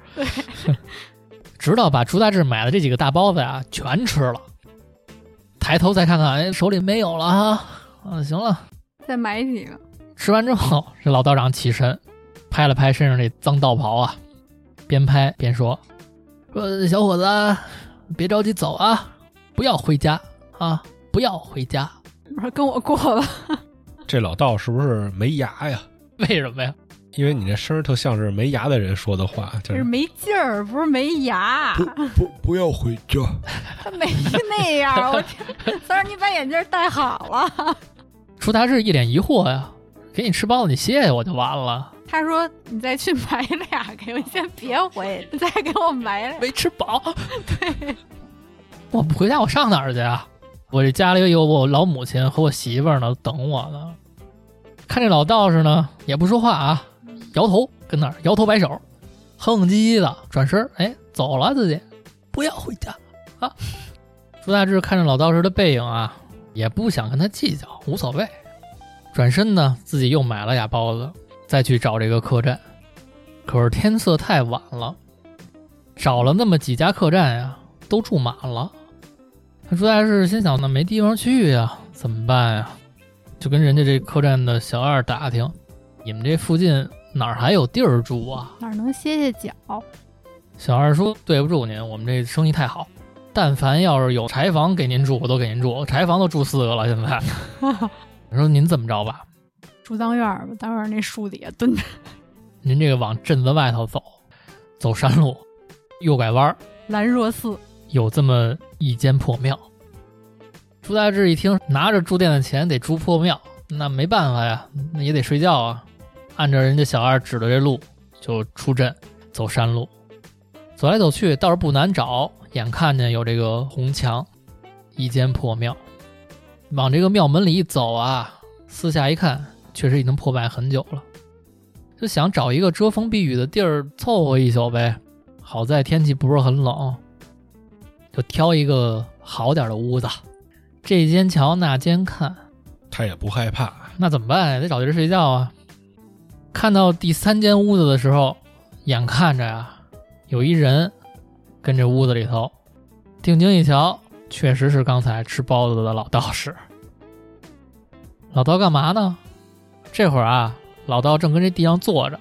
直到把朱大志买的这几个大包子呀全吃了，抬头再看看，哎，手里没有了啊，嗯，行了，再买几个，吃完之后，这老道长起身，拍了拍身上这脏道袍啊，边拍边说：“说小伙子啊，别着急走啊，不要回家啊，不要回家， 我说跟我过吧。这老道是不是没牙呀？为什么呀？因为你这声儿特像是没牙的人说的话，就这是是没劲儿，不是没牙，嗯不不要回家。他没那样。我天，三儿，你把眼镜戴好了。朱大志一脸疑惑呀，给你吃包子，你谢谢我就完了，他说：“你再去买俩给我，先别回，你再给我买 俩。没吃饱。”我不回家，我上哪儿去啊？我这家里有我老母亲和我媳妇儿呢，等我呢。看这老道士呢，也不说话啊，摇头，跟那儿摇头摆手，哼哼唧唧的，转身儿，哎，走了自己，不要回家啊。朱大志看着老道士的背影啊，也不想跟他计较，无所谓。转身呢，自己又买了俩包子，再去找这个客栈。可是天色太晚了，找了那么几哎家客栈呀、都住满了。那朱大志心想，那没地方去呀、怎么办呀？就跟人家这客栈的小二打听，你们这附近哪儿还有地儿住啊？哪儿能歇歇脚？小二说：“对不住您，我们这生意太好。但凡要是有柴房给您住，我都给您住。柴房都住四个了，现在。我说您怎么着吧，住当院儿吧，当院儿那树底下蹲着，您这个往镇子外头走，走山路，右拐弯儿兰若寺有这么一间破庙。”朱大志一听，拿着住店的钱得住破庙，那没办法呀，那也得睡觉啊。按照人家小二指的这路，就出镇走山路。走来走去倒是不难找，眼看见有这个红墙，一间破庙，往这个庙门里一走啊，私下一看，确实已经破败很久了，就想找一个遮风避雨的地儿凑合一宿呗。好在天气不是很冷，就挑一个好点的屋子，这间瞧那间看，他也不害怕。那怎么办呀？得找地儿睡觉啊。看到第三间屋子的时候，眼看着呀、有一人跟这屋子里头，定睛一瞧，确实是刚才吃包子的老道士。老道干嘛呢？这会儿啊，老道正跟这地上坐着，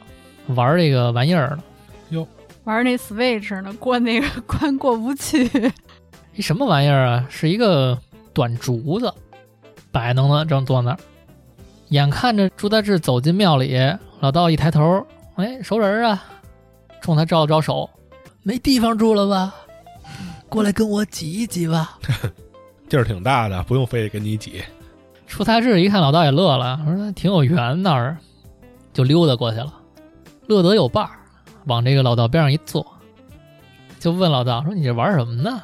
玩这个玩意儿呢。玩那 Switch 呢，过那个关过不去，一什么玩意儿啊？是一个短竹子，摆弄的正坐那儿。眼看着朱大志走进庙里，老道一抬头，哎，熟人啊，冲他招了招手，没地方住了吧？过来跟我挤一挤吧。地儿挺大的，不用非得跟你挤。朱大志一看老道也乐了，说挺有缘那儿，就溜达过去了，乐得有伴儿，往这个老道边上一坐，就问老道说：“你这玩什么呢？”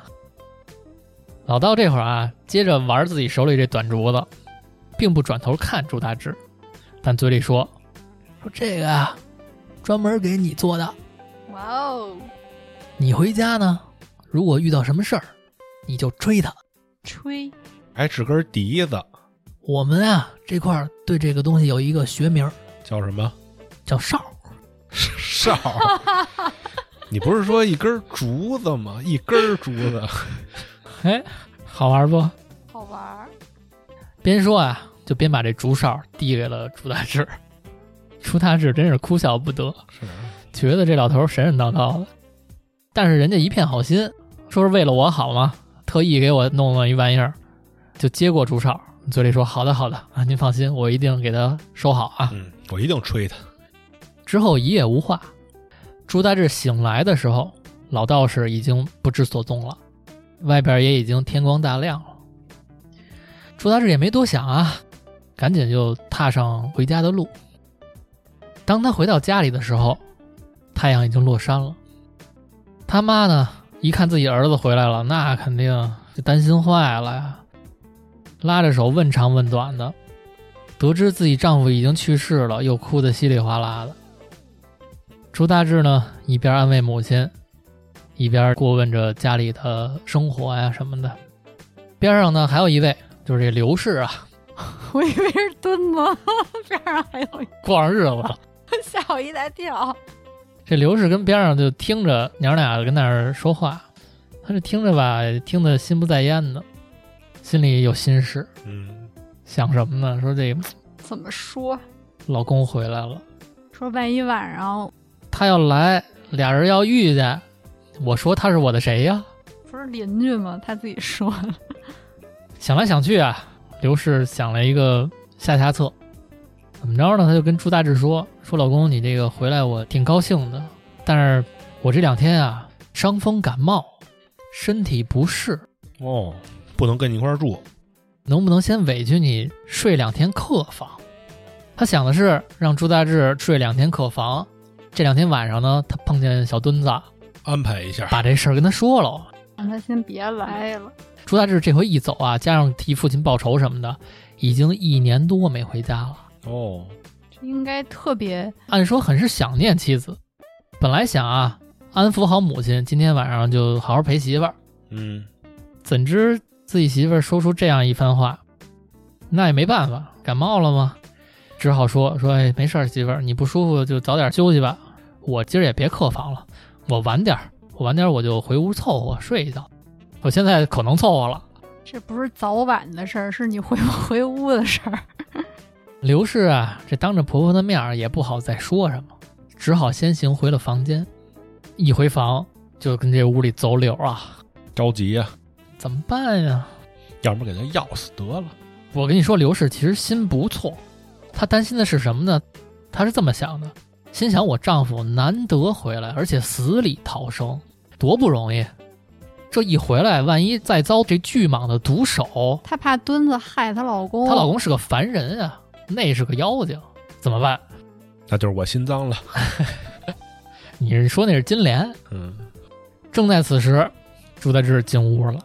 老道这会儿啊，接着玩自己手里这短竹子，并不转头看朱大志，但嘴里说：“说这个啊，专门给你做的。哇哦，你回家呢，如果遇到什么事儿，你就吹他。吹还指根笛子，我们啊这块儿对这个东西有一个学名儿，叫什么叫哨。”哨？ 你不是说一根竹子吗？一根竹子，哎，好玩不？好玩儿，边说啊，就边把这竹哨递给了朱大志。 朱大志真是哭笑不得，是觉得这老头儿神神叨叨的，但是人家一片好心，说是为了我好嘛，特意给我弄了一玩意儿，就接过竹哨，嘴里说：“好的，好的啊，您放心，我一定给他收好啊。”嗯，我一定吹它。之后一夜无话。朱大志醒来的时候，老道士已经不知所踪了，外边也已经天光大亮了。朱大志也没多想啊，赶紧就踏上回家的路。当他回到家里的时候，太阳已经落山了。他妈呢，一看自己儿子回来了，那肯定就担心坏了呀，拉着手问长问短的，得知自己丈夫已经去世了，又哭得稀里哗啦的。朱大志呢，一边安慰母亲，一边过问着家里的生活呀什么的。边上呢还有一位，就是这刘氏啊，我以为是墩 子，边上还有一过上日子了。吓我一大跳，这刘氏跟边上就听着娘俩跟那儿说话，他这听着吧，听得心不在焉的，心里有心事，嗯，想什么呢？说这怎么说？老公回来了。说万一晚上他要来，俩人要遇见，我说他是我的谁呀？不是邻居吗？他自己说的，想来想去啊，刘氏想了一个下下策，怎么着呢？他就跟朱大志说：“说老公，你这个回来我挺高兴的，但是我这两天啊伤风感冒，身体不适，哦，不能跟你一块儿住，能不能先委屈你睡两天客房？”他想的是让朱大志睡两天客房，这两天晚上呢，他碰见小墩子，安排一下。把这事儿跟他说了。 让他先别来了。朱大志这回一走啊，加上替父亲报仇什么的，已经一年多没回家了。哦，这应该特别按说很是想念妻子，本来想啊安抚好母亲，今天晚上就好好陪媳妇儿。嗯，怎知自己媳妇儿说出这样一番话，那也没办法，感冒了吗？只好说说，哎，没事儿，媳妇儿，你不舒服就早点休息吧。我今儿也别客房了，我晚点儿，我晚点儿我就回屋凑合睡一觉。我现在可能凑合了，这不是早晚的事儿，是你回不回屋的事儿。刘氏啊，这当着婆婆的面儿也不好再说什么，只好先行回了房间。一回房就跟这屋里走柳啊，着急呀、怎么办呀？要么给他药死得了。我跟你说，刘氏其实心不错，她担心的是什么呢？她是这么想的，心想我丈夫难得回来，而且死里逃生，多不容易。这一回来，万一再遭这巨蟒的毒手，她怕墩子害她老公，她老公是个凡人啊，那是个妖精，怎么办？那就是我心脏了。你是说那是金莲？嗯，正在此时，朱代志进屋了，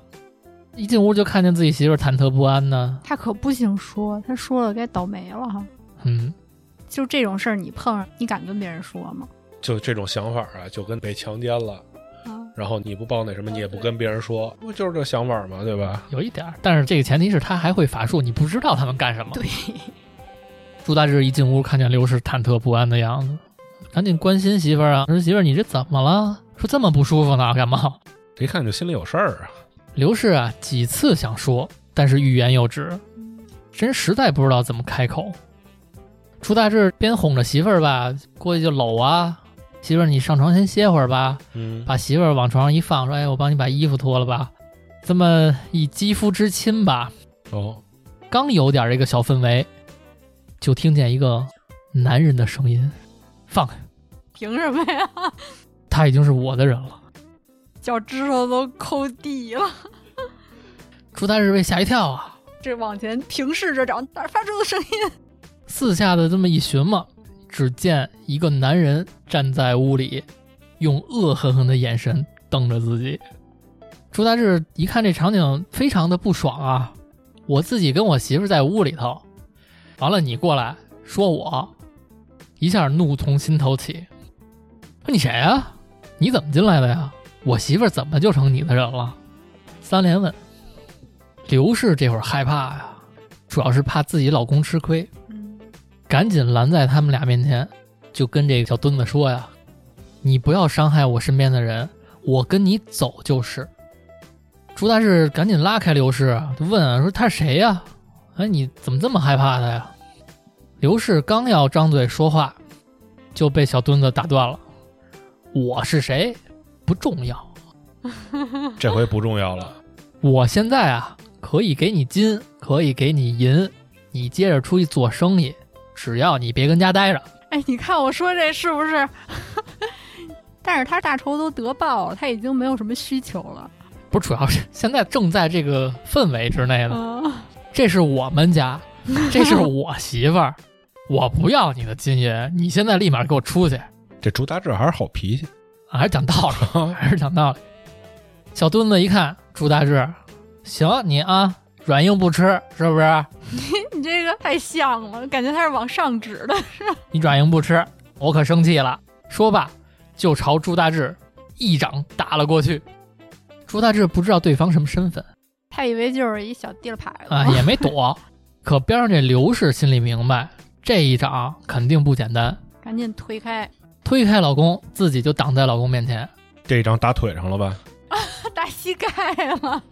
一进屋就看见自己媳妇儿忐忑不安呢。她可不行说，她说了该倒霉了哈。嗯，就这种事儿，你碰上，你敢跟别人说吗？就这种想法啊，就跟被强奸了，啊，然后你不报那什么，你也不跟别人说，不就是这想法嘛，对吧？有一点儿，但是这个前提是他还会法术，你不知道他们干什么。对，朱大志一进屋，看见刘氏忐忑不安的样子，赶紧关心媳妇儿啊，说媳妇儿你这怎么了？说这么不舒服呢，感冒。一看就心里有事儿啊。刘氏啊，几次想说，但是欲言又止，真实在不知道怎么开口。朱大志边哄着媳妇儿吧，过去就搂啊，媳妇儿你上床先歇会儿吧，嗯，把媳妇儿往床上一放，说：“哎，我帮你把衣服脱了吧。”这么一肌肤之亲吧，哦，刚有点这个小氛围，就听见一个男人的声音：“放开，凭什么呀？ 他已经是我的人了。脚趾头都抠地了，”朱大日被吓一跳啊，这往前平视着找，哪儿发出的声音？四下的这么一寻摸，只见一个男人站在屋里，用恶狠狠的眼神瞪着自己。朱大志一看这场景，非常的不爽啊！我自己跟我媳妇在屋里头，完了你过来说我，一下怒从心头起。说你谁啊？你怎么进来的呀？我媳妇儿怎么就成你的人了？三连问。刘氏这会儿害怕呀、主要是怕自己老公吃亏。嗯，赶紧拦在他们俩面前，就跟这个小墩子说呀：“你不要伤害我身边的人，我跟你走就是。”朱大志赶紧拉开刘氏啊，就问啊：“说他是谁呀？哎，你怎么这么害怕他呀？”刘氏刚要张嘴说话，就被小墩子打断了：“我是谁不重要，这回不重要了。我现在啊，可以给你金，可以给你银，你接着出去做生意，只要你别跟家待着。”哎，你看我说这是不是？ 但是他大仇都得报了，他已经没有什么需求了。不是，主要是现在正在这个氛围之内呢。嗯，这是我们家，这是我媳妇儿，我不要你的金银，你现在立马给我出去！啊这朱大志还是好脾气，还是讲道理，还是讲道理。小墩子一看朱大志，行你啊，软硬不吃，是不是？哎你这个太像了，感觉他是往上指的。你软硬不吃，我可生气了。说罢，就朝朱大志一掌打了过去。朱大志不知道对方什么身份，他以为就是一小地儿牌子。啊，也没躲。可边上这刘氏心里明白，这一掌肯定不简单。 赶紧推开，推开老公，自己就挡在老公面前，这一掌打腿上了吧？他打膝盖了。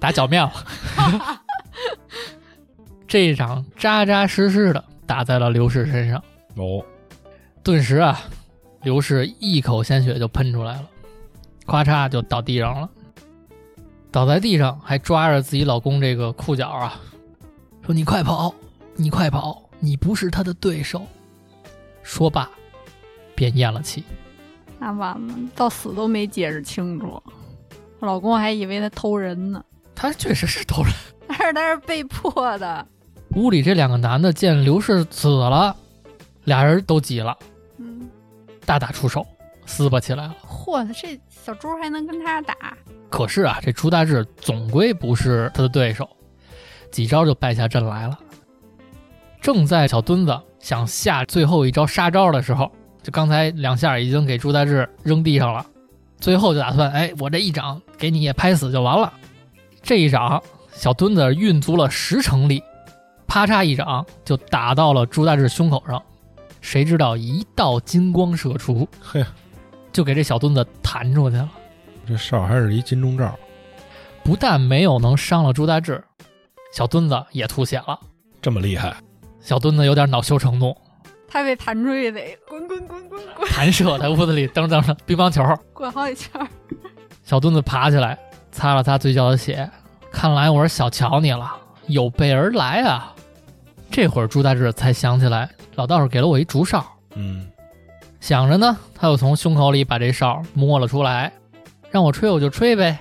打脚面了。 这一掌扎扎实实的打在了刘氏身上，哦，顿时啊，刘氏一口鲜血就喷出来了，咔嚓就倒地上了。倒在地上还抓着自己老公这个裤脚啊，说：“你快跑，你快跑，你不是他的对手。”说罢，便咽了气。那完了，到死都没解释清楚。老公还以为他偷人呢，他确实是偷人。但是他是被迫的。屋里这两个男的见刘氏死了，俩人都急了，嗯，大打出手，撕巴起来了。嚯，这小猪还能跟他打？可是啊，这朱大志总归不是他的对手，几招就败下阵来了。正在小墩子想下最后一招杀招的时候，就刚才两下已经给朱大志扔地上了，最后就打算，哎，我这一掌给你也拍死就完了。这一掌，小墩子运足了十成力，啪嚓一掌就打到了朱大志胸口上，谁知道一道金光射出，嘿，就给这小墩子弹出去了。这事儿还是一金钟罩。不但没有能伤了朱大志，小墩子也吐血了。这么厉害，小墩子有点恼羞成怒，他被弹出去得滚滚滚滚滚弹射在屋子里噔噔噔乒乓球。滚好几圈儿。小墩子爬起来，擦了擦嘴角的血，看来我是小瞧你了，有备而来啊！这会儿朱大志才想起来，老道士给了我一竹哨，嗯，想着呢，他又从胸口里把这哨摸了出来，让我吹我就吹呗。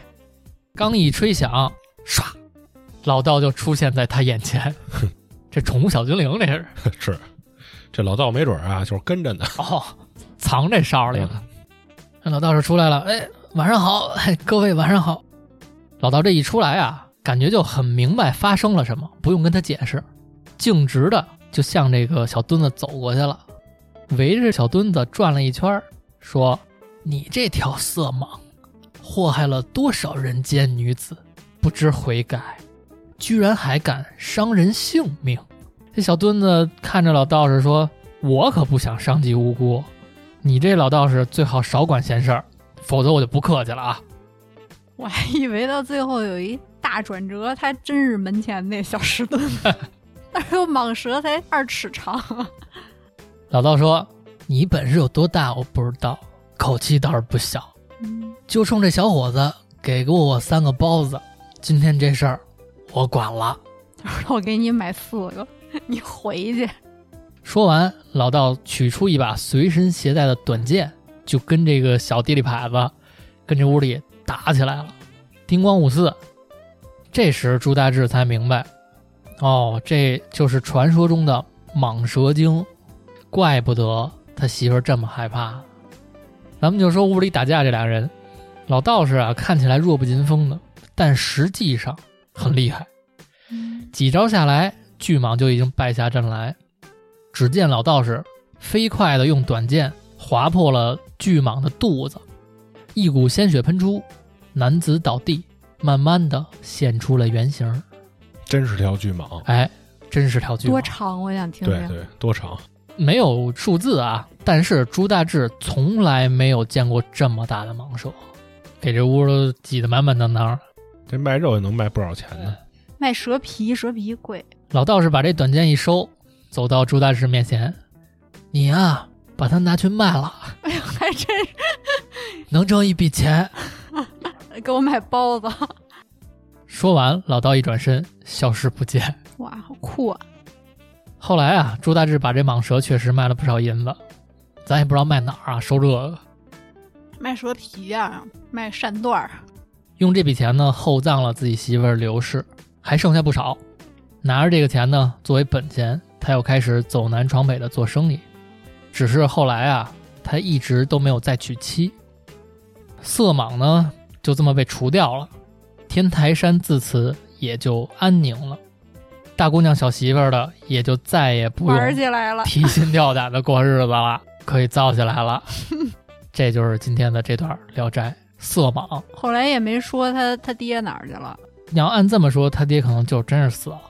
刚一吹响，唰，老道就出现在他眼前。这宠物小精灵这是是。这老道没准儿啊，就是跟着呢。 哦，藏这哨里了。那老道士出来了，哎，晚上好，哎，各位晚上好。老道这一出来啊，感觉就很明白发生了什么，不用跟他解释，径直的就向这个小墩子走过去了，围着小墩子转了一圈儿，说：“你这条色盲，祸害了多少人间女子，不知悔改，居然还敢伤人性命。”这小墩子看着老道士说：“我可不想伤及无辜，你这老道士最好少管闲事儿，否则我就不客气了啊！我还以为到最后有一大转折，他真是门前那小石墩子，但是又蟒蛇才二尺长，老道说：“你本事有多大我不知道，口气倒是不小。嗯，就冲这小伙子给过我三个包子，今天这事儿我管了。我给你买四个， 你回去。”说完，老道取出一把随身携带的短剑，就跟这个小地利牌子跟这屋里打起来了，叮咣五四。这时朱大志才明白，哦，这就是传说中的蟒蛇精，怪不得他媳妇儿这么害怕。咱们就说屋里打架这俩人，老道士啊看起来弱不禁风的，但实际上很厉害。几招下来，巨蟒就已经败下阵来。只见老道士飞快地用短剑划破了巨蟒的肚子，一股鲜血喷出，男子倒地，慢慢地现出了原形。真是条巨蟒。哎，真是条巨多蟒，长？我想听对听。对，多长？没有数字啊，但是朱大志从来没有见过这么大的蟒蛇，给这屋都挤得满满当当。这卖肉也能卖不少钱呢。卖蛇皮，蛇皮贵。老道士把这短剑一收，走到朱大志面前：“你呀、把它拿去卖了，哎呦， 还真能挣一笔钱。”是给我买包子， 说完，老道一转身消失不见。哇，好酷啊！后来啊，朱大志把这蟒蛇确实卖了不少银子，咱也不知道卖哪儿啊，收这个。卖蛇皮呀、卖扇段儿。用这笔钱呢，厚葬了自己媳妇儿刘氏，还剩下不少。拿着这个钱呢，作为本钱，他又开始走南闯北的做生意。只是后来啊，他一直都没有再娶妻。色蟒呢，就这么被除掉了，天台山自此也就安宁了。大姑娘小媳妇儿的也就再也不用玩起来了。提心吊胆的过日子了，可以造起来了。 这就是今天的这段《聊斋》色蟒。后来也没说他他爹哪儿去了，你要按这么说，他爹可能就真是死了。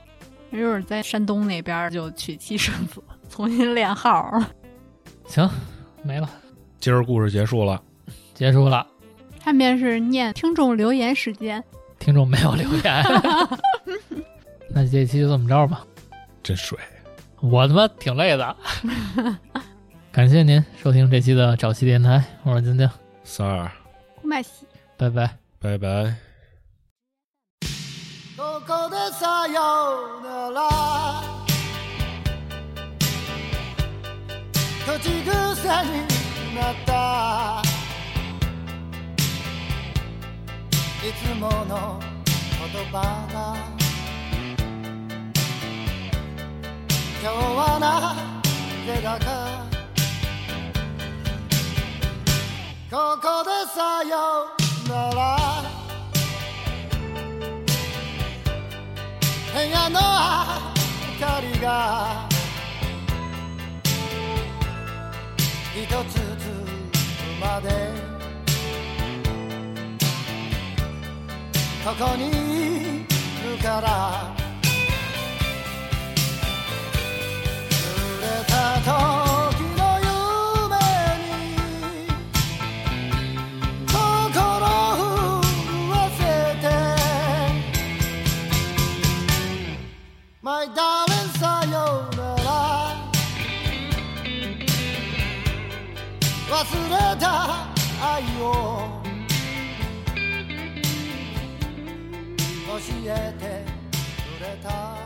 没准儿在山东那边儿就娶妻生子， 重新练号了。行，没了，今儿故事结束了，结束了。 下面是念听众留言时间，听众没有留言，那这期就这么着吧。真水。我他妈挺累的，感谢您收听这期的早期电台，我是晶晶，三儿，麦西。拜拜。拜拜。高高的撒哟那拉，他几个山里那达，いつもの言葉が今日はなぜだかここでさよなら部屋の明かりが一つずつまでここにいるから濡れた時の夢に心震わせて忘れた愛を教えてくれた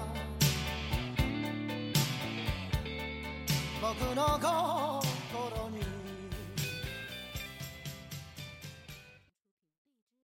僕の心に